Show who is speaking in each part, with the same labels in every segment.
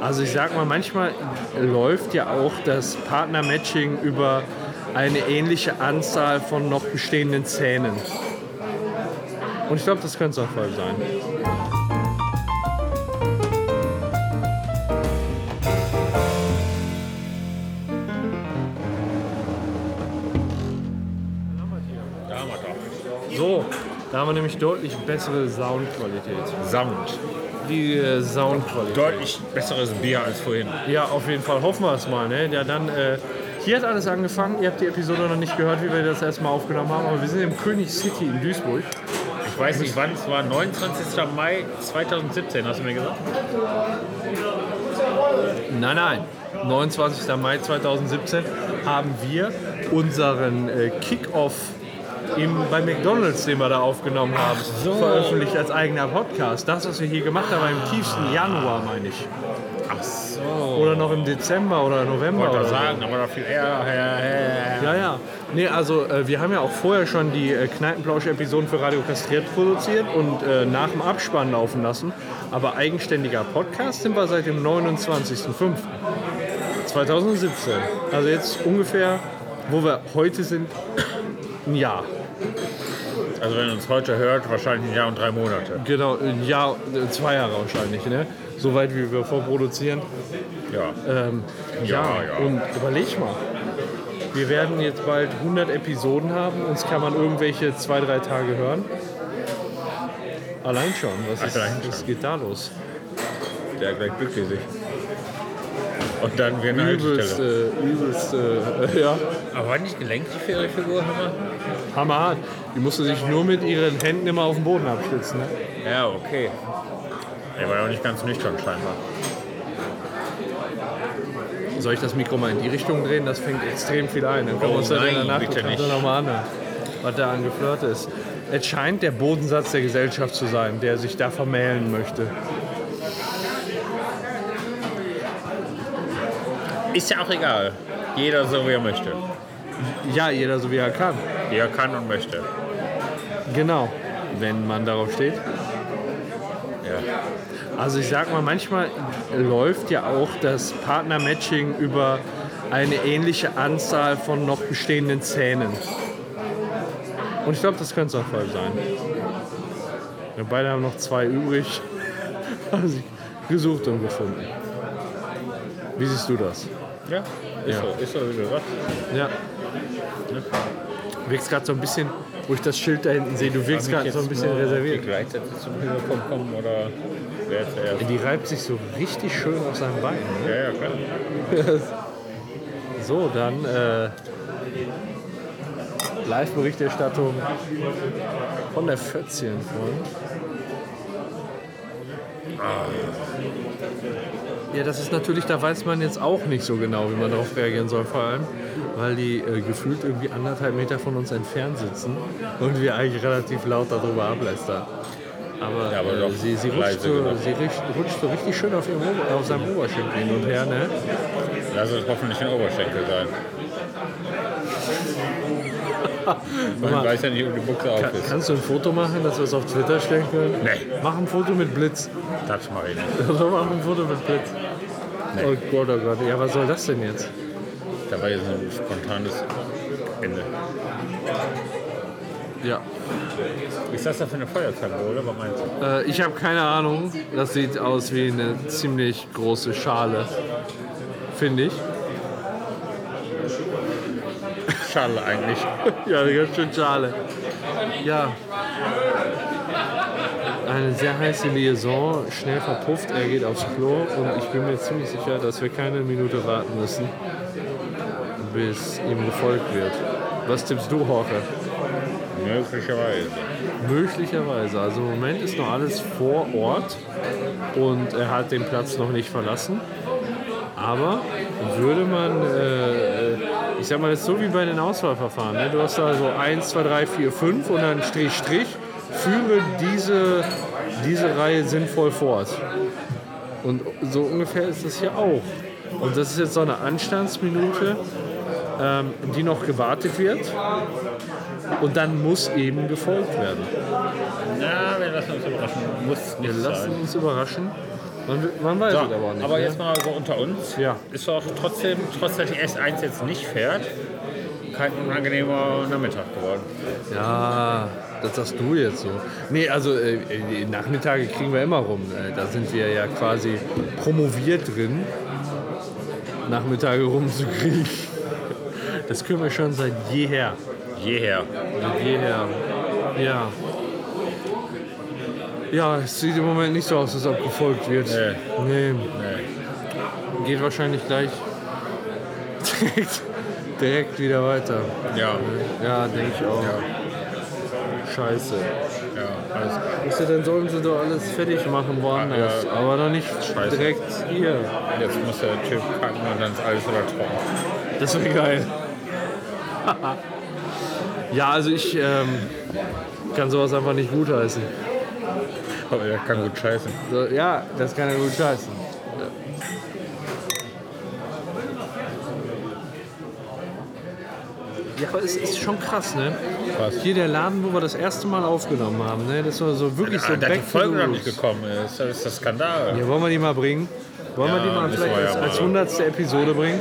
Speaker 1: Also ich sag mal, manchmal läuft ja auch das Partnermatching über eine ähnliche Anzahl von noch bestehenden Zähnen. Und ich glaube, das könnte es auch voll sein. So, da haben wir nämlich deutlich bessere Soundqualität.
Speaker 2: Sound.
Speaker 1: Die äh, Soundqualität.
Speaker 2: Deutlich besseres Bier als vorhin.
Speaker 1: Ja, auf jeden Fall hoffen wir es mal. Ne? Ja, dann, äh, hier hat alles angefangen. Ihr habt die Episode noch nicht gehört, wie wir das erstmal aufgenommen haben. Aber wir sind im König City in Duisburg.
Speaker 2: Ich weiß nicht wann, es war 29. Mai 2017, hast du mir gesagt?
Speaker 1: Nein, nein. 29. Mai 2017 haben wir unseren äh, Kick-Off im- bei McDonalds, den wir da aufgenommen haben, veröffentlicht als eigener Podcast. Das, was wir hier gemacht haben, im tiefsten Januar, meine ich.
Speaker 2: Ach so.
Speaker 1: Oder noch im Dezember oder November.
Speaker 2: Wollte
Speaker 1: Oder
Speaker 2: ich
Speaker 1: so.
Speaker 2: sagen, aber da viel eher. her, her, her.
Speaker 1: Ja, ja. Nee, also äh, wir haben ja auch vorher schon die äh, Kneipenplausch-Episoden für Radio Kastriert produziert und äh, nach dem Abspann laufen lassen. Aber eigenständiger Podcast sind wir seit dem 29.05.2017. Also jetzt ungefähr, wo wir heute sind, ein Jahr.
Speaker 2: Also wenn ihr uns heute hört, wahrscheinlich ein Jahr und drei Monate.
Speaker 1: Genau, ein Jahr, äh, zwei Jahre wahrscheinlich, ne? Soweit wie wir vorproduzieren.
Speaker 2: Ja.
Speaker 1: Ähm, ja,
Speaker 2: Ja, ja.
Speaker 1: und überleg mal. Wir werden jetzt bald 100 Episoden haben. Uns kann man irgendwelche zwei, drei Tage hören. Allein schon. Was, ist,
Speaker 2: Allein
Speaker 1: was geht da los?
Speaker 2: Der gleich glücklich sich. Und dann wir halt eine
Speaker 1: Übelst,
Speaker 2: Haltestelle.
Speaker 1: äh, übelst, äh, ja.
Speaker 2: Aber war nicht gelenkt die für ihre Figur? Hammer?
Speaker 1: Hammerhart. Die musste sich nur mit ihren Händen immer auf den Boden abstützen. Ne?
Speaker 2: Ja, okay. Er war ja auch nicht ganz nüchtern scheinbar.
Speaker 1: Soll ich das Mikro mal in die Richtung drehen? Das fängt extrem viel ein. Dann können wir
Speaker 2: Oh
Speaker 1: uns dann in der
Speaker 2: nein,
Speaker 1: Nacht
Speaker 2: bitte nicht.
Speaker 1: nochmal anhören, was da angeflirt ist. Es scheint der Bodensatz der Gesellschaft zu sein, der sich da vermählen möchte.
Speaker 2: Ist ja auch egal. Jeder so wie er möchte.
Speaker 1: Ja, jeder so wie er kann.
Speaker 2: Jeder kann und möchte.
Speaker 1: Genau, wenn man darauf steht.
Speaker 2: Ja.
Speaker 1: Also ich sag mal, manchmal läuft ja auch das Partnermatching über eine ähnliche Anzahl von noch bestehenden Zähnen. Und ich glaube, das könnte es auch voll sein. Wir beide haben noch zwei übrig. Haben sie gesucht und gefunden. Wie siehst du das?
Speaker 2: Ja. Ist
Speaker 1: Ja.
Speaker 2: so, ist so wie du sagst.
Speaker 1: Ja. Du wirkst gerade so ein bisschen, wo ich das Schild da hinten sehe, du wirkst gerade so ein bisschen reserviert.
Speaker 2: Gleichzeitig zum Überkommen kommen oder wer zuerst?
Speaker 1: Die reibt sich so richtig schön auf seinem Bein. Ne?
Speaker 2: Ja, ja, klar.
Speaker 1: So, dann äh, Live-Berichterstattung von der 14, Freund. Ah. Ja, das ist natürlich, da weiß man jetzt auch nicht so genau, wie man darauf reagieren soll, vor allem, weil die äh, gefühlt irgendwie anderthalb Meter von uns entfernt sitzen und wir eigentlich relativ laut darüber ablästern. Aber,
Speaker 2: Ja, aber
Speaker 1: äh,
Speaker 2: doch
Speaker 1: sie, sie,
Speaker 2: leise
Speaker 1: rutscht so,
Speaker 2: genug.
Speaker 1: sie rutscht, rutscht so richtig schön auf, ihrem, Ober- auf seinem Oberschenkel hin und her, ne?
Speaker 2: Lass es hoffentlich ein Oberschenkel sein. Man
Speaker 1: mal.
Speaker 2: weiß ja nicht, ob die Buchse auf ist.
Speaker 1: Kannst du ein Foto machen, dass wir es auf Twitter stellen können?
Speaker 2: Nee.
Speaker 1: Mach ein Foto mit Blitz.
Speaker 2: Das mache ich nicht.
Speaker 1: Oder mach ein Foto mit Blitz. Oh Gott, oh Gott. Ja, was soll das denn jetzt?
Speaker 2: Da war jetzt ein spontanes Ende.
Speaker 1: Ja.
Speaker 2: Ist das da für eine Feuerkanone, oder? Was meinst du?
Speaker 1: Äh, ich habe keine Ahnung. Das sieht aus wie eine ziemlich große Schale. Finde ich.
Speaker 2: Schade eigentlich.
Speaker 1: Ja, eine ganz schön Schale. Ja. Eine sehr heiße Liaison, schnell verpufft, er geht aufs Klo und ich bin mir ziemlich sicher, dass wir keine Minute warten müssen, bis ihm gefolgt wird. Was tippst du, Horke?
Speaker 2: Möglicherweise.
Speaker 1: Möglicherweise. Also im Moment ist noch alles vor Ort und er hat den Platz noch nicht verlassen. Aber würde man, äh, äh, ich sag mal, das ist so wie bei den Auswahlverfahren. Ne? Du hast da so 1, 2, 3, 4, 5 und dann Strich, Strich. Führe diese, diese Reihe sinnvoll fort. Und so ungefähr ist das hier auch. Und das ist jetzt so eine Anstandsminute, ähm, die noch gewartet wird. Und dann muss eben gefolgt werden.
Speaker 2: Na, wir lassen uns überraschen. Muss nicht
Speaker 1: Wir lassen
Speaker 2: sein.
Speaker 1: uns überraschen. Man, man weiß
Speaker 2: So,
Speaker 1: es aber nicht.
Speaker 2: aber
Speaker 1: ne?
Speaker 2: jetzt mal so unter uns.
Speaker 1: Ja.
Speaker 2: Ist doch trotzdem, trotz dass die S1 jetzt nicht fährt, kein unangenehmer Nachmittag geworden.
Speaker 1: Ja, das sagst du jetzt so. Nee, also äh, die Nachmittage kriegen wir immer rum. Äh, Da sind wir ja quasi promoviert drin, Nachmittage rumzukriegen. Das können wir schon seit jeher.
Speaker 2: Jeher.
Speaker 1: Seit jeher. Ja. Ja, es sieht im Moment nicht so aus, dass abgefolgt wird.
Speaker 2: Äh,
Speaker 1: Nee. Geht wahrscheinlich gleich direkt, direkt wieder weiter.
Speaker 2: Ja.
Speaker 1: Ja, denke ich auch. Scheiße.
Speaker 2: Ja, alles klar.
Speaker 1: Wusste, dann sollen sie doch alles fertig machen woanders.
Speaker 2: Ah,
Speaker 1: Aber doch nicht
Speaker 2: Scheiße.
Speaker 1: direkt hier.
Speaker 2: Jetzt muss der Typ packen und dann ist alles wieder trocken.
Speaker 1: Das wäre geil. ja, also ich ähm, kann sowas einfach nicht gutheißen.
Speaker 2: Aber der kann gut scheißen.
Speaker 1: So, ja, das kann er gut scheißen. Ja, aber es ist schon krass, ne?
Speaker 2: Was?
Speaker 1: Hier der Laden, wo wir das erste Mal aufgenommen haben, ne? Das war so wirklich so
Speaker 2: Ah, dass die
Speaker 1: back to the
Speaker 2: Folge noch nicht
Speaker 1: roots.
Speaker 2: gekommen ist, das ist der Skandal.
Speaker 1: Ja, wollen wir die mal bringen? Wollen wir
Speaker 2: Ja,
Speaker 1: die mal
Speaker 2: müssen
Speaker 1: vielleicht
Speaker 2: wir ja
Speaker 1: als,
Speaker 2: mal.
Speaker 1: als 100. Episode bringen?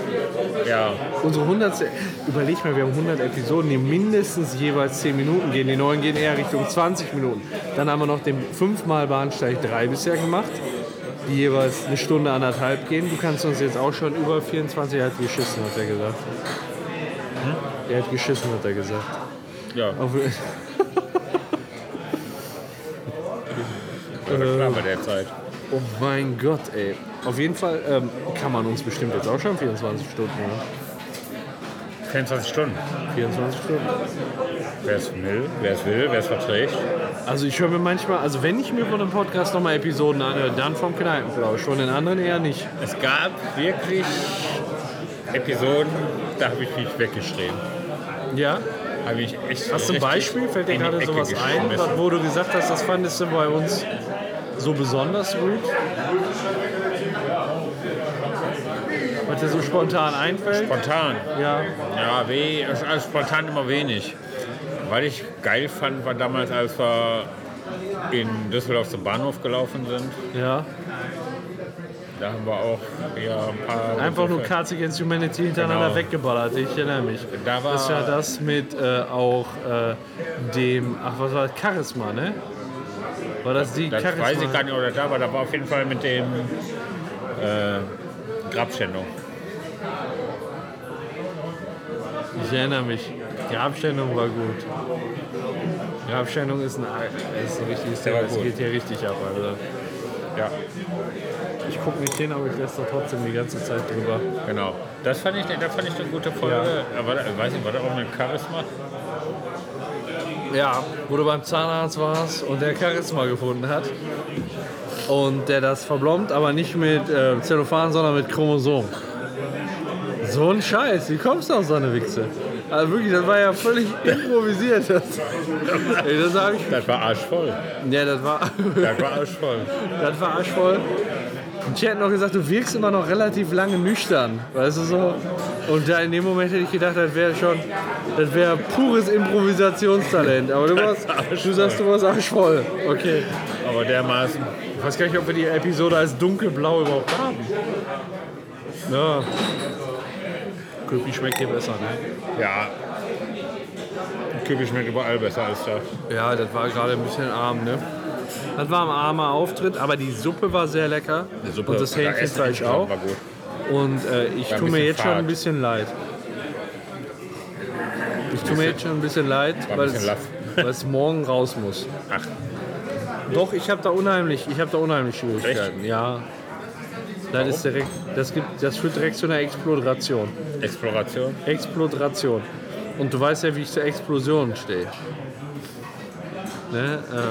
Speaker 2: Ja.
Speaker 1: Unsere 100. Überleg mal, wir haben 100 Episoden, die mindestens jeweils 10 Minuten gehen. Die neuen gehen eher Richtung 20 Minuten. Dann haben wir noch den fünfmal Bahnsteig 3 bisher gemacht, die jeweils eine Stunde, anderthalb gehen. Du kannst uns jetzt auch schon über 24. Er hat geschissen, hat er gesagt. Er hat geschissen, hat er gesagt.
Speaker 2: Ja,
Speaker 1: Auf,
Speaker 2: oder Klammer der Zeit.
Speaker 1: oh mein Gott, ey. Auf jeden Fall ähm, kann man uns bestimmt jetzt auch schon 24 Stunden, ne? oder?
Speaker 2: 24 Stunden.
Speaker 1: 24 Stunden.
Speaker 2: Wer es will, wer es will, wer es verträgt.
Speaker 1: Also ich höre mir manchmal, also wenn ich mir von einem Podcast nochmal Episoden anhöre, dann vom Kneipenflausch, von den anderen eher nicht.
Speaker 2: Es gab wirklich Episoden, da habe ich mich weggeschrieben.
Speaker 1: Ja?
Speaker 2: Habe ich echt
Speaker 1: Hast du ein
Speaker 2: richtig
Speaker 1: Beispiel? Fällt dir
Speaker 2: in die
Speaker 1: gerade
Speaker 2: Ecke
Speaker 1: sowas ein,
Speaker 2: geschmissen.
Speaker 1: was- wo du gesagt hast, das fandest du bei uns so besonders gut? Was dir so spontan einfällt?
Speaker 2: Spontan.
Speaker 1: Ja.
Speaker 2: Ja, weh, also spontan immer wenig. Weil ich geil fand, war damals, als wir in Düsseldorf zum Bahnhof gelaufen sind.
Speaker 1: Ja.
Speaker 2: Da haben wir auch ja, ein paar.
Speaker 1: Einfach nur Cards Against Humanity hintereinander
Speaker 2: Genau.
Speaker 1: weggeballert, ich erinnere mich.
Speaker 2: Da war-
Speaker 1: das ist ja das mit äh, auch äh, dem, ach was war das, Charisma, ne? War das die
Speaker 2: Das
Speaker 1: Charisma?
Speaker 2: weiß ich gar nicht, oder da war. Da war auf jeden Fall mit dem äh, Grabschändung.
Speaker 1: Ich erinnere mich. Die Abstellung war gut. Die Abstellung ist ein, ist ein richtiges
Speaker 2: Der
Speaker 1: Thema.
Speaker 2: war
Speaker 1: Es
Speaker 2: gut.
Speaker 1: geht hier richtig ab, Alter.
Speaker 2: Ja,
Speaker 1: Ich gucke nicht hin, aber ich lasse da trotzdem die ganze Zeit drüber.
Speaker 2: genau. Das fand ich, das fand ich eine gute Folge. Aber da, weiß ich, war da auch ein Charisma?
Speaker 1: Ja, wo du beim Zahnarzt warst und der Charisma gefunden hat. Und der das verblombt, aber nicht mit äh, Zellophan, sondern mit Chromosom. So ein Scheiß, wie kommst du auf so eine Wichse? Also wirklich, das war ja völlig improvisiert. Das, Ey, das habe ich.
Speaker 2: Das war arschvoll.
Speaker 1: Ja, das war.
Speaker 2: Das war arschvoll.
Speaker 1: Das war arschvoll. Und ich hätte noch gesagt, du wirkst immer noch relativ lange nüchtern, weißt du so. Und da in dem Moment hätte ich gedacht, das wäre schon, das wäre pures Improvisationstalent. Aber du, warst, du sagst, du warst arschvoll. Okay.
Speaker 2: Aber dermaßen.
Speaker 1: Ich weiß gar nicht, ob wir die Episode als dunkelblau überhaupt haben. Ja. Köpi schmeckt hier besser, ne?
Speaker 2: Ja. Kübel schmeckt überall besser als das.
Speaker 1: Ja, das war gerade ein bisschen arm, ne? Das war ein armer Auftritt, aber die Suppe war sehr lecker. Und das
Speaker 2: oder
Speaker 1: Hähnchenfleisch
Speaker 2: Essen
Speaker 1: auch.
Speaker 2: War gut.
Speaker 1: Und äh, ich
Speaker 2: War ein
Speaker 1: tue mir
Speaker 2: bisschen
Speaker 1: jetzt schon ein
Speaker 2: fad.
Speaker 1: bisschen leid. Ich tue mir jetzt schon ein bisschen leid,
Speaker 2: ein
Speaker 1: weil
Speaker 2: bisschen
Speaker 1: es,
Speaker 2: laff.
Speaker 1: weil es morgen raus muss.
Speaker 2: Ach,
Speaker 1: Doch, ich habe da unheimlich, ich habe da unheimlich Schwierigkeiten. Ja. Das, ist direkt, das, gibt, das führt direkt zu einer Exploration.
Speaker 2: Exploration.
Speaker 1: Exploration. Und du weißt ja, wie ich zur Explosion stehe. Ne? Ähm,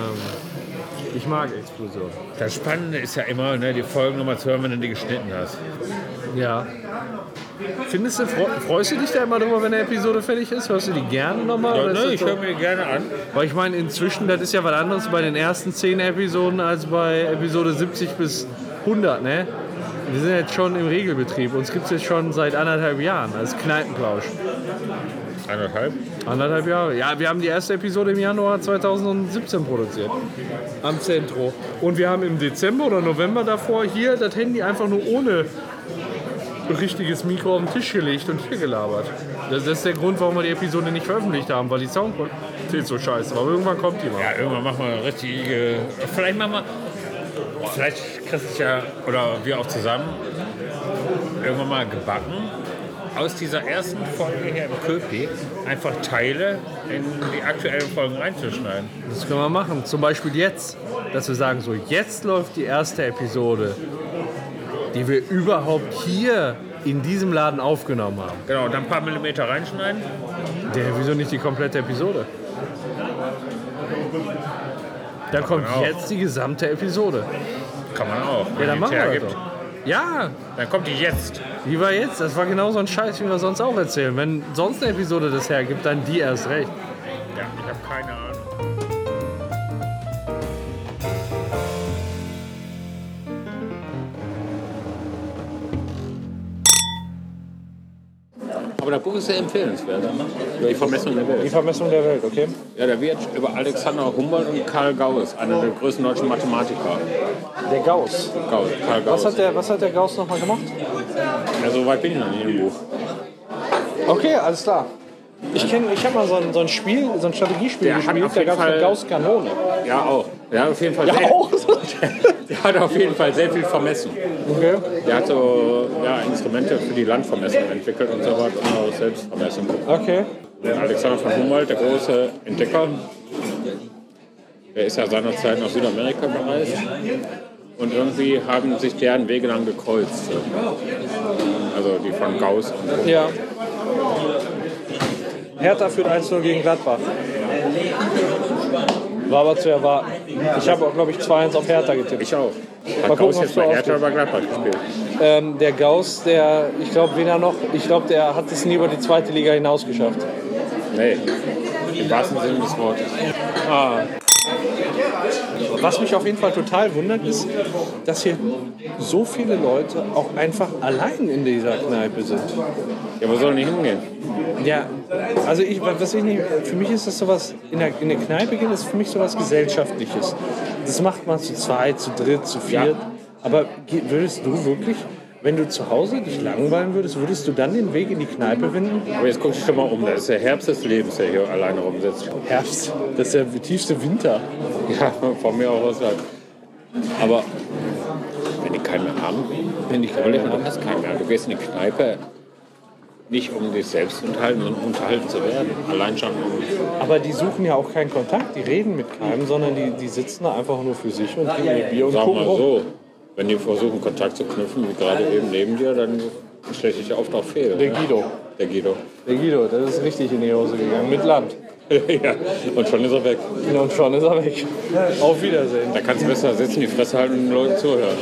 Speaker 1: ich mag Explosion.
Speaker 2: Das Spannende ist ja immer, ne, die Folgen nochmal zu hören, wenn du die geschnitten hast.
Speaker 1: Ja. Findest du, freu- freust du dich da immer drüber, wenn eine Episode fertig ist? Hörst du die gerne nochmal?
Speaker 2: Ja,
Speaker 1: oder ist
Speaker 2: ne,
Speaker 1: das
Speaker 2: ich
Speaker 1: so-
Speaker 2: höre mir die gerne an.
Speaker 1: Weil ich meine, inzwischen, das ist ja was anderes bei den ersten 10 Episoden als bei Episode 70 bis 100, ne? Wir sind jetzt schon im Regelbetrieb. Uns gibt es jetzt schon seit anderthalb Jahren als Kneipenplausch.
Speaker 2: Anderthalb?
Speaker 1: Anderthalb Jahre. Ja, wir haben die erste Episode im Januar 2017 produziert. Am Zentro. Und wir haben im Dezember oder November davor hier das Handy einfach nur ohne richtiges Mikro auf den Tisch gelegt und hier gelabert. Das ist der Grund, warum wir die Episode nicht veröffentlicht haben, weil die Soundqualität so scheiße war. Aber irgendwann kommt die mal.
Speaker 2: Ja, irgendwann machen wir richtig. Äh, vielleicht machen wir. Vielleicht kriegst du es ja, oder wir auch zusammen, irgendwann mal gebacken. Aus dieser ersten Folge hier im Köpi einfach Teile in die aktuellen Folgen reinzuschneiden.
Speaker 1: Das können wir machen. Zum Beispiel jetzt, dass wir sagen, so jetzt läuft die erste Episode, die wir überhaupt hier in diesem Laden aufgenommen haben.
Speaker 2: Genau, dann ein paar Millimeter reinschneiden.
Speaker 1: Der, wieso nicht die komplette Episode? Dann kommt
Speaker 2: man auch.
Speaker 1: jetzt die gesamte Episode.
Speaker 2: Kann man auch.
Speaker 1: Ja,
Speaker 2: wenn
Speaker 1: dann
Speaker 2: die
Speaker 1: machen wir
Speaker 2: Teer
Speaker 1: das doch. Ja,
Speaker 2: Dann kommt die jetzt.
Speaker 1: wie war jetzt? Das war genau so ein Scheiß, wie wir sonst auch erzählen. Wenn sonst eine Episode das hergibt, dann die erst recht.
Speaker 2: Ja, ich habe keine Ahnung.
Speaker 3: Aber das Buch ist sehr empfehlenswert. Über die Vermessung der Welt.
Speaker 1: Vermessung der Welt, okay?
Speaker 3: Ja, da wird über Alexander Humboldt und Karl Gauss, einer der größten deutschen Mathematiker.
Speaker 1: Der Gauss.
Speaker 3: Gauss, Karl Gauss.
Speaker 1: der, was hat der Gauss nochmal gemacht?
Speaker 3: Ja, so weit bin ich noch nicht im Buch.
Speaker 1: Okay, alles klar. Ich kenne, ich habe mal so ein, so ein Spiel, so ein Strategiespiel
Speaker 3: Der hat auf jeden
Speaker 1: gab's eine
Speaker 3: Fall-
Speaker 1: Gauss-Kanone.
Speaker 3: Ja, auch. Der hat auf jeden Fall,
Speaker 1: Ja,
Speaker 3: sehr,
Speaker 1: auch.
Speaker 3: der hat auf jeden Fall sehr viel vermessen.
Speaker 1: Okay,
Speaker 3: Der hat so ja, Instrumente für die Landvermessung entwickelt und so was und auch Selbstvermessung.
Speaker 1: okay.
Speaker 3: Der Alexander von Humboldt, der große Entdecker, der ist ja seinerzeit nach Südamerika gereist. Und irgendwie haben sich deren Wege dann gekreuzt. so. Also die von Gauss und Humboldt.
Speaker 1: Ja. Hertha führt 1-0 gegen Gladbach. War aber zu erwarten. Ich habe auch, glaube ich, 2-1 auf Hertha getippt.
Speaker 3: Ich auch. Hat
Speaker 1: Mal gucken,
Speaker 3: Gauss
Speaker 1: ob's
Speaker 3: jetzt
Speaker 1: so
Speaker 3: bei Hertha
Speaker 1: ausgeht.
Speaker 3: über Gladbach gespielt.
Speaker 1: Ähm, der Gauss, der, ich glaube, wen er noch, ich glaube, der hat es nie über die zweite Liga hinaus geschafft.
Speaker 3: Nee, im wahrsten Sinne des Wortes.
Speaker 1: Was mich auf jeden Fall total wundert, ist, dass hier so viele Leute auch einfach allein in dieser Kneipe sind.
Speaker 3: Ja, wo soll denn die hingehen?
Speaker 1: Ja, also ich, was ich nicht, für mich ist das sowas, in der, in der Kneipe gehen ist für mich sowas Gesellschaftliches. Das macht man zu zweit, zu dritt, zu viert. Aber ge- würdest du wirklich, wenn du zu Hause dich langweilen würdest, würdest du dann den Weg in die Kneipe finden?
Speaker 3: Aber jetzt guck dich schon mal um. Das ist der Herbst des Lebens, der hier alleine rumsitzt.
Speaker 1: Herbst, das ist der tiefste Winter.
Speaker 3: Ja, von mir auch aus. halt. Aber wenn die keinen mehr haben, wenn die keinen mehr haben, hast keinen mehr. Du gehst in die Kneipe nicht um dich selbst zu unterhalten, sondern um unterhalten zu werden. Allein schon um.
Speaker 1: Aber die suchen ja auch keinen Kontakt, die reden mit keinem, sondern die, die sitzen da einfach nur für sich und trinken ihr Bier und
Speaker 3: Sag
Speaker 1: gucken
Speaker 3: mal
Speaker 1: rum.
Speaker 3: so, wenn die versuchen, Kontakt zu knüpfen, wie gerade eben neben dir, dann schlägt sich der Auftrag fehl.
Speaker 1: Der
Speaker 3: ne?
Speaker 1: Guido.
Speaker 3: Der Guido.
Speaker 1: Der Guido, das ist richtig in die Hose gegangen, mit Land. Genau,
Speaker 3: ja, und schon ist er weg.
Speaker 1: Und schon ist er weg. Auf Wiedersehen.
Speaker 3: Da kannst du besser sitzen, die Fresse halten und den Leuten zuhören.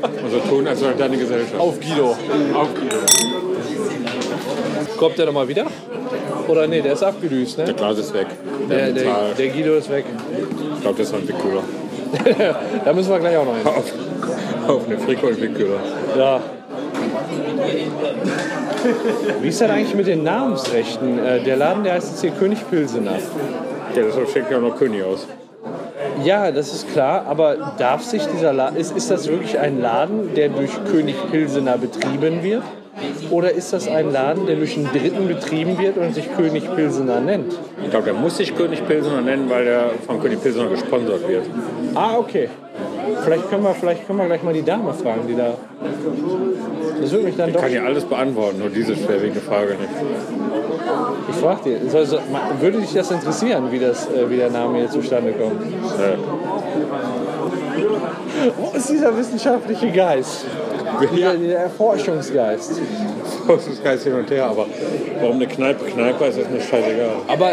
Speaker 3: und so tun, als wäre deine Gesellschaft.
Speaker 1: Auf Guido.
Speaker 3: Auf Guido.
Speaker 1: Kommt der nochmal wieder? Oder nee, der ist abgedüst, ne?
Speaker 3: Der Glas ist weg.
Speaker 1: Der,
Speaker 3: Der,
Speaker 1: der,
Speaker 3: Metall.
Speaker 1: der Guido ist weg.
Speaker 3: ich glaube, das war ein Wickkühler.
Speaker 1: da müssen wir gleich auch noch hin.
Speaker 3: Auf, auf eine Frikol-Wickkühler.
Speaker 1: Ja. Wie ist das eigentlich mit den Namensrechten? Äh, Der Laden, der heißt jetzt hier König Pilsener.
Speaker 3: Ja, deshalb schickt ja auch noch König aus.
Speaker 1: Ja, das ist klar, aber darf sich dieser Laden, ist, ist das wirklich ein Laden, der durch König Pilsener betrieben wird? Oder ist das ein Laden, der durch einen Dritten betrieben wird und sich König Pilsener nennt?
Speaker 3: Ich glaube, der muss sich König Pilsener nennen, weil der von König Pilsener gesponsert wird.
Speaker 1: Ah, okay. Vielleicht können, wir, vielleicht können wir gleich mal die Dame fragen, die da. Das würde mich dann doch.
Speaker 3: Kann ja alles beantworten, nur diese schwerwiegende Frage nicht.
Speaker 1: Ich frage dir, soll- soll- ma- würde dich das interessieren, wie, das, äh, wie der Name hier zustande kommt?
Speaker 3: Äh,
Speaker 1: Wo ist dieser wissenschaftliche Geist? Dieser, dieser Erforschungsgeist.
Speaker 3: Großes Geist hin und her, aber warum eine Kneipe Kneipe ist, ist mir scheißegal.
Speaker 1: Aber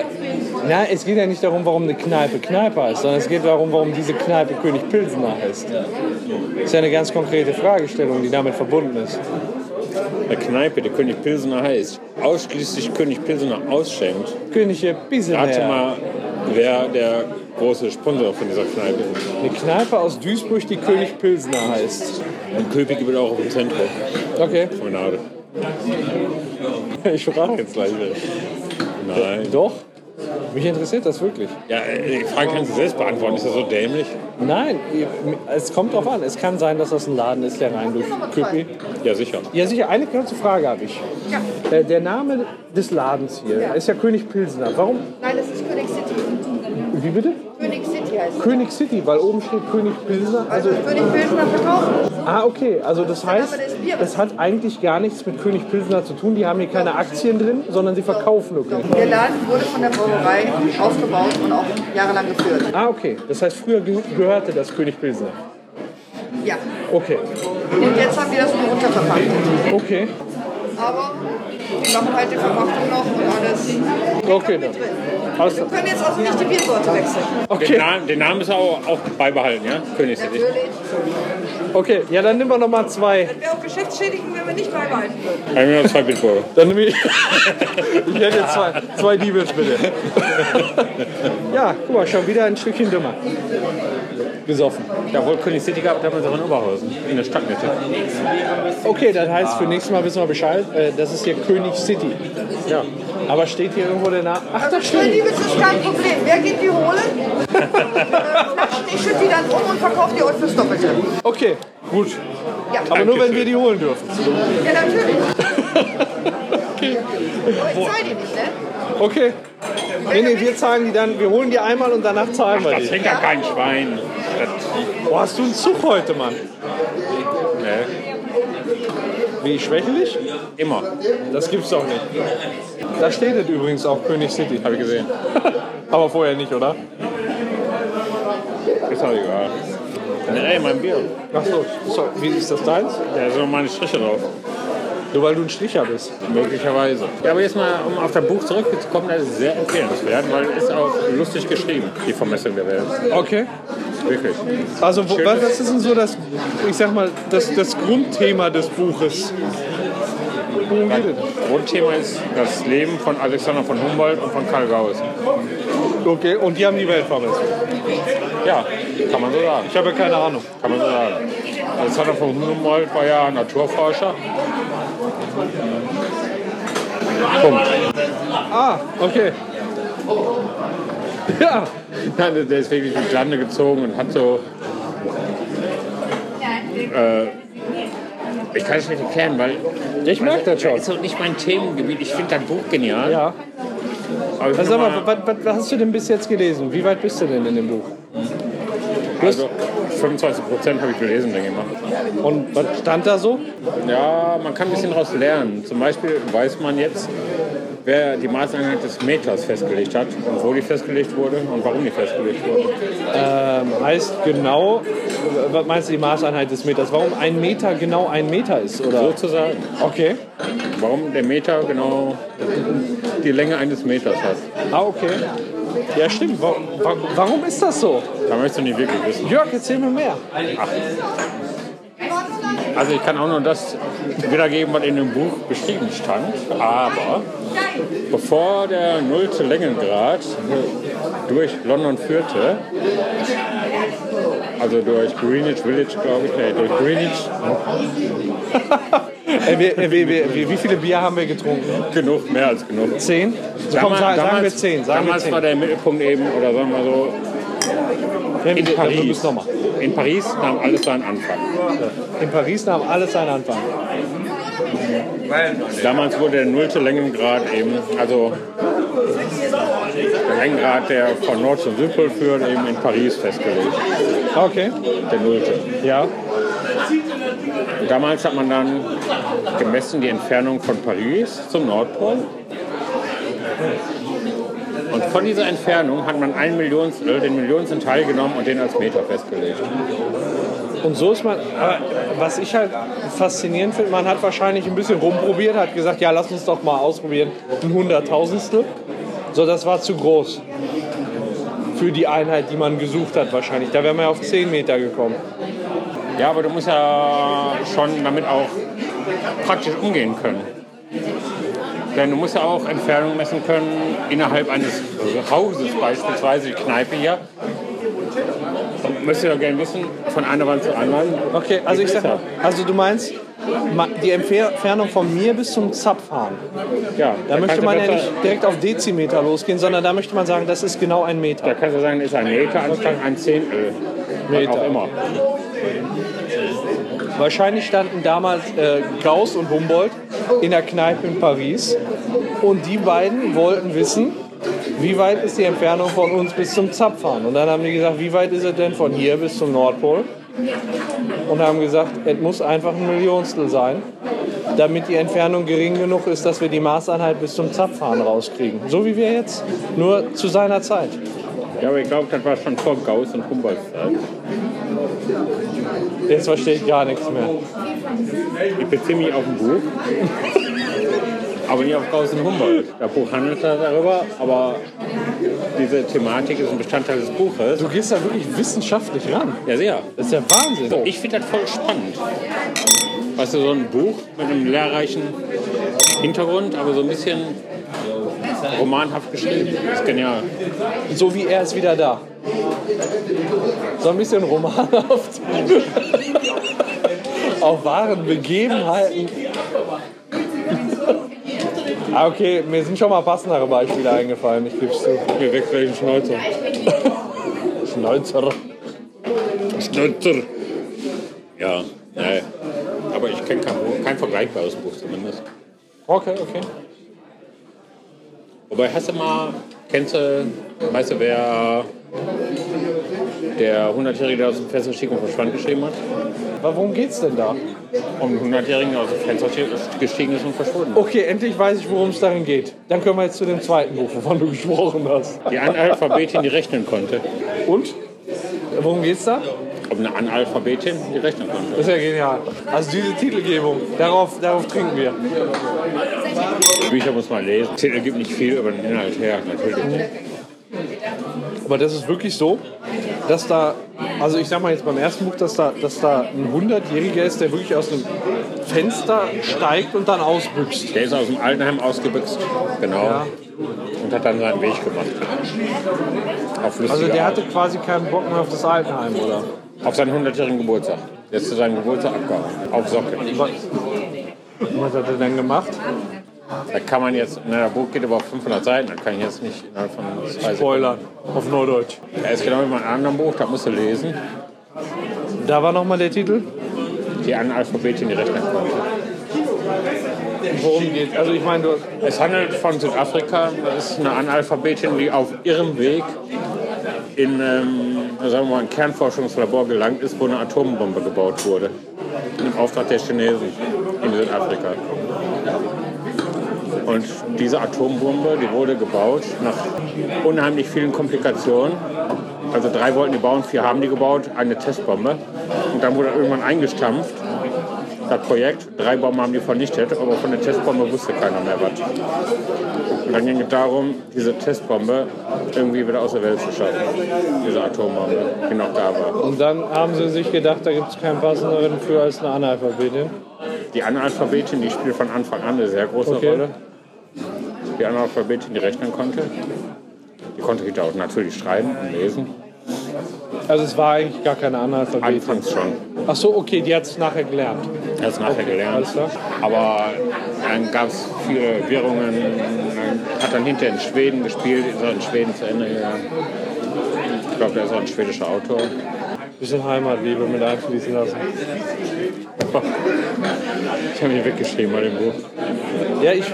Speaker 1: na, es geht ja nicht darum, warum eine Kneipe Kneipe heißt, sondern es geht darum, warum diese Kneipe König Pilsener heißt. Das ist ja eine ganz konkrete Fragestellung, die damit verbunden ist.
Speaker 3: Eine Kneipe, die König Pilsener heißt, ausschließlich König Pilsener ausschenkt,
Speaker 1: König
Speaker 3: rate
Speaker 1: Pilsener.
Speaker 3: mal, wer der große Sponsor von dieser Kneipe ist.
Speaker 1: Eine Kneipe aus Duisburg, die König Pilsner heißt.
Speaker 3: Und Köpig wird auch auf dem Zentrum.
Speaker 1: Okay.
Speaker 3: Promenade.
Speaker 1: Ich frage jetzt.
Speaker 3: Jetzt gleich wieder. Nein.
Speaker 1: Doch. Mich interessiert das wirklich.
Speaker 3: Ja, äh, die Frage kannst du selbst beantworten. Ist das so dämlich?
Speaker 1: Nein, es kommt drauf an. Es kann sein, dass das ein Laden ist, der rein durch Köpi.
Speaker 3: Ja, sicher.
Speaker 1: Ja, sicher. Eine kurze Frage habe ich. Äh, Der Name des Ladens hier ist ja König Pilsner. Warum?
Speaker 4: Nein, das ist König City.
Speaker 1: Wie bitte?
Speaker 4: König City heißt es.
Speaker 1: König City, weil oben steht König Pilsner. Also,
Speaker 4: König Pilsner verkaufen.
Speaker 1: ah, okay. Also das
Speaker 4: Name
Speaker 1: heißt,
Speaker 4: des Bieres.
Speaker 1: das hat eigentlich gar nichts mit König Pilsner zu tun. Die haben hier keine Aktien drin, sondern sie verkaufen nur König.
Speaker 4: Der Laden wurde von der Brauerei aufgebaut und auch jahrelang geführt.
Speaker 1: Ah, okay. Das heißt, früher ge gehörte das König Pilsner.
Speaker 4: Ja.
Speaker 1: Okay.
Speaker 4: Und jetzt haben wir das nur runterverpachtet.
Speaker 1: Okay.
Speaker 4: Aber wir machen halt die Verpachtung noch und alles.
Speaker 1: Okay,
Speaker 4: Mit
Speaker 1: dann.
Speaker 4: drin.
Speaker 1: Alles
Speaker 4: Wir
Speaker 1: klar.
Speaker 4: können jetzt also nicht die Biersorte wechseln.
Speaker 1: Okay.
Speaker 3: Den Namen, den Namen ist auch, auch beibehalten, ja? König City.
Speaker 4: Natürlich.
Speaker 1: Okay, ja, dann nehmen wir nochmal zwei.
Speaker 4: Wäre auch geschäftsschädigend, wenn wir nicht beibehalten würden.
Speaker 3: Kann ich mir noch zwei Bitburger.
Speaker 1: Dann nehme ich. ich hätte jetzt zwei, zwei Diebels, bitte. ja, guck mal, schon wieder ein Stückchen dümmer. Gesoffen.
Speaker 5: Ja, wohl König City gab, damals auch in Oberhausen, in der Stadtmitte.
Speaker 1: Okay, das heißt, für nächstes Mal wissen wir Bescheid. Äh, das ist hier König City. Ja. Aber steht hier irgendwo der Name? Ach, das
Speaker 4: Mein
Speaker 1: steht.
Speaker 4: Liebes, das ist kein Problem. Wer geht die holen? Flaschen, ich schütte die dann um und verkaufe die euch fürs Doppelte.
Speaker 1: Okay, gut.
Speaker 4: Ja,
Speaker 1: Aber nur, wenn wir die holen dürfen.
Speaker 4: ja natürlich. Aber ich zahle die nicht, ne?
Speaker 1: Okay. Nee, nee, wir zahlen die dann. Wir holen die einmal und danach zahlen wir
Speaker 3: Das
Speaker 1: die.
Speaker 3: hängt ja kein Schwein.
Speaker 1: Boah, hast du einen Zug heute, Mann?
Speaker 3: Nee.
Speaker 1: Wie schwächelig?
Speaker 3: Immer.
Speaker 1: Das gibt's doch nicht. Da steht es übrigens auch König City.
Speaker 3: Habe ich gesehen.
Speaker 1: Aber vorher nicht, oder?
Speaker 3: Ist halt egal. Nee, ey, mein Bier.
Speaker 1: Ach so, so, wie ist das deins?
Speaker 3: Da sind noch meine Striche drauf.
Speaker 1: Nur weil du ein Stricher bist.
Speaker 3: Möglicherweise. Ja, aber jetzt mal, um auf das Buch zurückzukommen, das ist sehr empfehlenswert, weil es ist auch lustig geschrieben, die Vermessung der Welt.
Speaker 1: Okay.
Speaker 3: Wirklich.
Speaker 1: Also, wo, was was ist denn so das, ich sag mal, das, das Grundthema des Buches? Worum geht es?
Speaker 3: Grundthema ist das Leben von Alexander von Humboldt und von Karl Gauss.
Speaker 1: Okay, und die haben die Welt vermisst.
Speaker 3: Ja, kann man so sagen.
Speaker 1: Ich habe ja keine Ahnung.
Speaker 3: Kann man so sagen. Alexander von Humboldt war ja Naturforscher. Punkt.
Speaker 1: Ah, okay. Ja,
Speaker 3: Ja, der der ist wirklich mit Lande gezogen und hat so. Äh, ich kann es nicht erklären, weil.
Speaker 1: ich merke das schon.
Speaker 3: Ist so Also nicht mein Themengebiet. Ich finde dein Buch genial.
Speaker 1: Ja.
Speaker 3: aber
Speaker 1: Also,
Speaker 3: ich will
Speaker 1: sag mal,
Speaker 3: noch
Speaker 1: was, was, was hast du denn bis jetzt gelesen? Wie weit bist du denn in dem Buch?
Speaker 3: also 25 Prozent habe ich gelesen, denke ich mal.
Speaker 1: Und was stand da so?
Speaker 3: Ja, man kann ein bisschen daraus lernen. Zum Beispiel weiß man jetzt, wer die Maßeinheit des Meters festgelegt hat und wo die festgelegt wurde und warum die festgelegt wurde. Um
Speaker 1: Ähm, heißt genau, was meinst du die Maßeinheit des Meters? Warum ein Meter genau ein Meter ist, oder?
Speaker 3: Sozusagen.
Speaker 1: Okay.
Speaker 3: Warum der Meter genau die Länge eines Meters hat.
Speaker 1: Ah, okay. Ja, stimmt. Wa wa warum ist das so?
Speaker 3: Da möchtest du nicht wirklich wissen.
Speaker 1: Jörg, erzähl mir mehr.
Speaker 3: Also ich kann auch nur das wiedergeben, was in dem Buch beschrieben stand. Aber bevor der nullte Längengrad durch London führte, also durch Greenwich Village, glaube ich, nee, durch Greenwich,
Speaker 1: Äh, wir, äh, wir, wir, wir, wie viele Bier haben wir getrunken?
Speaker 3: genug, mehr als genug.
Speaker 1: Zehn? So, komm, sa-
Speaker 3: Damals-
Speaker 1: sagen wir
Speaker 3: damals-
Speaker 1: zehn. Sagen wir
Speaker 3: damals
Speaker 1: zehn.
Speaker 3: war der Mittelpunkt eben, oder sagen wir so,
Speaker 1: In,
Speaker 3: in
Speaker 1: Paris.
Speaker 3: Paris.
Speaker 1: nochmal.
Speaker 3: In Paris nahm alles seinen Anfang.
Speaker 1: In Paris nahm alles seinen Anfang.
Speaker 3: Damals wurde der nullte Längengrad eben, also der Längengrad, der von Nord zum Südpol führt, eben in Paris festgelegt.
Speaker 1: Okay.
Speaker 3: Der nullte.
Speaker 1: Ja.
Speaker 3: Und damals hat man dann gemessen die Entfernung von Paris zum Nordpol. Und von dieser Entfernung hat man ein Millionstel, den Millionsten Teil genommen und den als Meter festgelegt.
Speaker 1: Und so ist man. Aber was ich halt faszinierend finde, man hat wahrscheinlich ein bisschen rumprobiert, hat gesagt, ja, lass uns doch mal ausprobieren. Ein Hunderttausendstel. So, das war zu groß. Für die Einheit, die man gesucht hat, wahrscheinlich. Da wären wir ja auf 10 Meter gekommen.
Speaker 3: Ja, aber du musst ja schon damit auch praktisch umgehen können. Denn du musst ja auch Entfernung messen können innerhalb eines Hauses, beispielsweise die Kneipe hier. Möchtest du ja gerne wissen, von einer Wand zur anderen.
Speaker 1: Okay, also
Speaker 3: Wie
Speaker 1: ich sag
Speaker 3: viel
Speaker 1: mal,
Speaker 3: ist
Speaker 1: also du meinst ma- die Entfer- Entfernung von mir bis zum Zapfhahn.
Speaker 3: das? Ja,
Speaker 1: Da möchte
Speaker 3: kannst du
Speaker 1: man ja
Speaker 3: besser-
Speaker 1: nicht direkt auf Dezimeter losgehen, sondern da möchte man sagen, das ist genau ein
Speaker 3: Da
Speaker 1: Meter.
Speaker 3: kannst du sagen, ist ein Meter anstatt ein Zehntel. Meter. Auch immer.
Speaker 1: Wahrscheinlich standen damals äh, Gauss und Humboldt in der Kneipe in Paris und die beiden wollten wissen, wie weit ist die Entfernung von uns bis zum Zapfhahn? Und dann haben die gesagt, wie weit ist es denn von hier bis zum Nordpol? Und haben gesagt, es muss einfach ein Millionstel sein, damit die Entfernung gering genug ist, dass wir die Maßeinheit bis zum Zapfhahn rauskriegen. So wie wir jetzt, nur zu seiner Zeit.
Speaker 3: Ja, aber ich glaube, das war schon vor Gauss und Humboldt.
Speaker 1: Jetzt verstehe ich gar nichts mehr.
Speaker 3: Ich beziehe mich auf ein Buch, aber nicht auf Gauss und Humboldt. Das Buch handelt darüber, aber diese Thematik ist ein Bestandteil des Buches.
Speaker 1: Du gehst da wirklich wissenschaftlich ran.
Speaker 3: Ja, sehr.
Speaker 1: Das ist ja Wahnsinn.
Speaker 3: Ich finde das voll spannend. Weißt du, so ein Buch mit einem lehrreichen Hintergrund, aber so ein bisschen romanhaft geschrieben. Das ist genial.
Speaker 1: So wie er ist wieder da. So ein bisschen romanhaft. Auf wahren Begebenheiten. Ah, okay, mir sind schon mal passendere Beispiele eingefallen, ich gebe es zu.
Speaker 3: Mir wächst gleich ein Schnäuzer.
Speaker 1: Schnäuzer.
Speaker 3: Schnäuzer. Ja, nee. Aber ich kenne kein, Buch- kein vergleichbares Buch zumindest.
Speaker 1: Okay, okay.
Speaker 3: Wobei, hast du mal, kennst du, weißt du, wer der 100-Jährige, der aus dem Fenster stieg und verschwand, geschrieben hat?
Speaker 1: Aber worum geht's denn da?
Speaker 3: Um den 100-Jährigen, der aus dem Fenster gestiegen ist und verschwunden.
Speaker 1: Okay, endlich weiß ich, worum es darin geht. Dann können wir jetzt zu dem zweiten Buch, wovon du gesprochen hast.
Speaker 3: Die Analphabetin, die rechnen konnte.
Speaker 1: Und? Worum geht's da?
Speaker 3: Ob eine Analphabetin, die rechnen konnte.
Speaker 1: Das ist ja genial. Also diese Titelgebung, darauf, darauf trinken wir.
Speaker 3: Bücher muss man lesen. Titel gibt nicht viel über den Inhalt her, natürlich.
Speaker 1: Aber das ist wirklich so, dass da, also ich sag mal jetzt beim ersten Buch, dass da, dass da ein 100-Jähriger ist, der wirklich aus einem Fenster steigt und dann ausbüchst.
Speaker 3: Der ist aus dem Altenheim ausgebüxt. Genau.
Speaker 1: Ja.
Speaker 3: Und hat dann seinen Weg gemacht. Auf lustige
Speaker 1: Also der
Speaker 3: Art.
Speaker 1: hatte quasi keinen Bock mehr auf das Altenheim, oder?
Speaker 3: Auf seinen 100-jährigen Geburtstag. Der ist zu seinem Geburtstag abgehauen. Auf Socke.
Speaker 1: Was, was hat er denn gemacht?
Speaker 3: Da kann man jetzt, na, das Buch geht aber auf 500 Seiten, da kann ich jetzt nicht innerhalb von zwei Sekunden.
Speaker 1: Spoiler, auf Neudeutsch.
Speaker 3: Er ist genau wie mein anderem Buch, da musst du lesen.
Speaker 1: Da war nochmal der Titel.
Speaker 3: Die Analphabetin, die rechnen konnte.
Speaker 1: Worum geht's? Also ich meine, du
Speaker 3: Es handelt von Südafrika. Das ist eine Analphabetin, die auf ihrem Weg in ähm, sagen wir mal, ein Kernforschungslabor gelangt ist, wo eine Atombombe gebaut wurde. Im Auftrag der Chinesen in Südafrika. Und diese Atombombe, die wurde gebaut nach unheimlich vielen Komplikationen. Also drei wollten die bauen, vier haben die gebaut, eine Testbombe. Und dann wurde irgendwann eingestampft, das Projekt. Drei Bomben haben die vernichtet, aber von der Testbombe wusste keiner mehr was. Und dann ging es darum, diese Testbombe irgendwie wieder aus der Welt zu schaffen. Diese Atombombe, die noch da war.
Speaker 1: und dann haben sie sich gedacht, da gibt's keinen passenderen für als eine Analphabetin.
Speaker 3: Die Analphabetin, die spielt von Anfang an eine sehr große
Speaker 1: Okay.
Speaker 3: Rolle. Die Analphabetin, die rechnen konnte. Die konnte ich auch natürlich schreiben und lesen.
Speaker 1: Also es war eigentlich gar keine Analphabetin.
Speaker 3: Anfangs schon.
Speaker 1: Ach so, okay, die hat's nachher gelernt.
Speaker 3: Er hat es nachher gelernt.
Speaker 1: alles klar.
Speaker 3: Aber dann gab es viele Wirrungen. Hat dann hinterher in Schweden gespielt, ist auch in Schweden zu Ende gegangen. Ich glaube, der ist auch ein schwedischer Autor.
Speaker 1: Bisschen Heimatliebe mit einfließen lassen.
Speaker 3: Ich habe mich weggeschrieben bei dem Buch.
Speaker 1: Ja, ich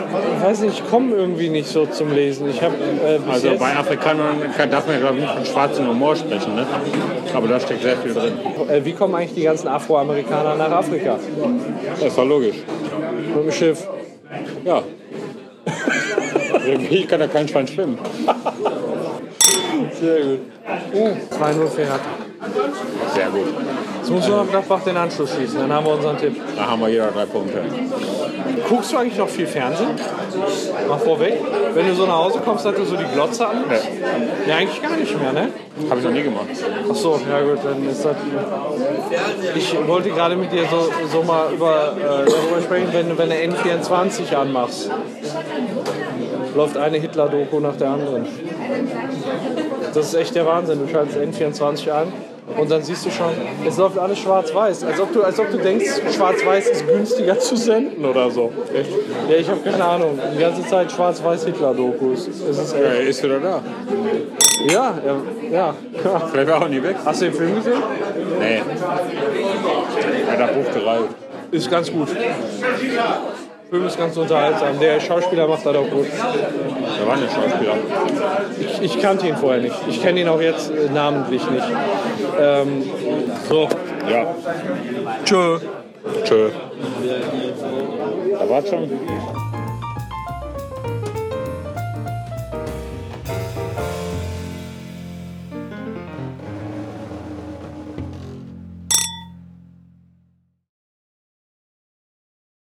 Speaker 1: weiß nicht, ich komme irgendwie nicht so zum Lesen. Ich habe äh, bis
Speaker 3: Also
Speaker 1: jetzt,
Speaker 3: bei Afrikanern kann- darf man ja glaube ich nicht von schwarzem Humor sprechen, ne? Aber da steckt sehr viel drin.
Speaker 1: äh, wie kommen eigentlich die ganzen Afroamerikaner nach Afrika?
Speaker 3: Das war logisch.
Speaker 1: Mit dem Schiff.
Speaker 3: Ja. Irgendwie kann da kein Schwein schwimmen.
Speaker 1: Sehr gut. Oh, 2-0 für Hertha.
Speaker 3: Sehr gut.
Speaker 1: Jetzt muss nur noch Gladbach den Anschluss schießen, dann haben wir unseren Tipp.
Speaker 3: Da haben wir jeder drei Punkte.
Speaker 1: Guckst du eigentlich noch viel Fernsehen? Mal vorweg. Wenn du so nach Hause kommst, hast du so die Glotze an?
Speaker 3: Ja.
Speaker 1: Ja, eigentlich gar nicht mehr, ne?
Speaker 3: Habe Äh, ich noch nie gemacht.
Speaker 1: Ach so, ja gut, dann ist das. Ich wollte gerade mit dir so, so mal über, äh, darüber sprechen, wenn, du- wenn du N24 anmachst. Läuft eine Hitler-Doku nach der anderen. Das ist echt der Wahnsinn. Du schaltest N24 an Und dann siehst du schon, es läuft alles schwarz-weiß. Als, ob du- als ob du denkst, schwarz-weiß ist günstiger zu senden oder so. Ja, ich habe keine Ahnung. Die ganze Zeit schwarz-weiß-Hitler-Dokus. Es ist echt.
Speaker 3: Äh, ist wieder da.
Speaker 1: Ja, ja, ja.
Speaker 3: Vielleicht war er auch nie weg.
Speaker 1: Hast du den Film gesehen?
Speaker 3: Nee. Er hat das Buch gereiht.
Speaker 1: Ist ganz gut. Film ist ganz unterhaltsam. Der Schauspieler macht das auch gut.
Speaker 3: Da war ein Schauspieler.
Speaker 1: Ich, ich kannte ihn vorher nicht. Ich kenne ihn auch jetzt äh, namentlich nicht. Ähm, so.
Speaker 3: Ja.
Speaker 1: Tschö.
Speaker 3: Tschö. Da war's schon.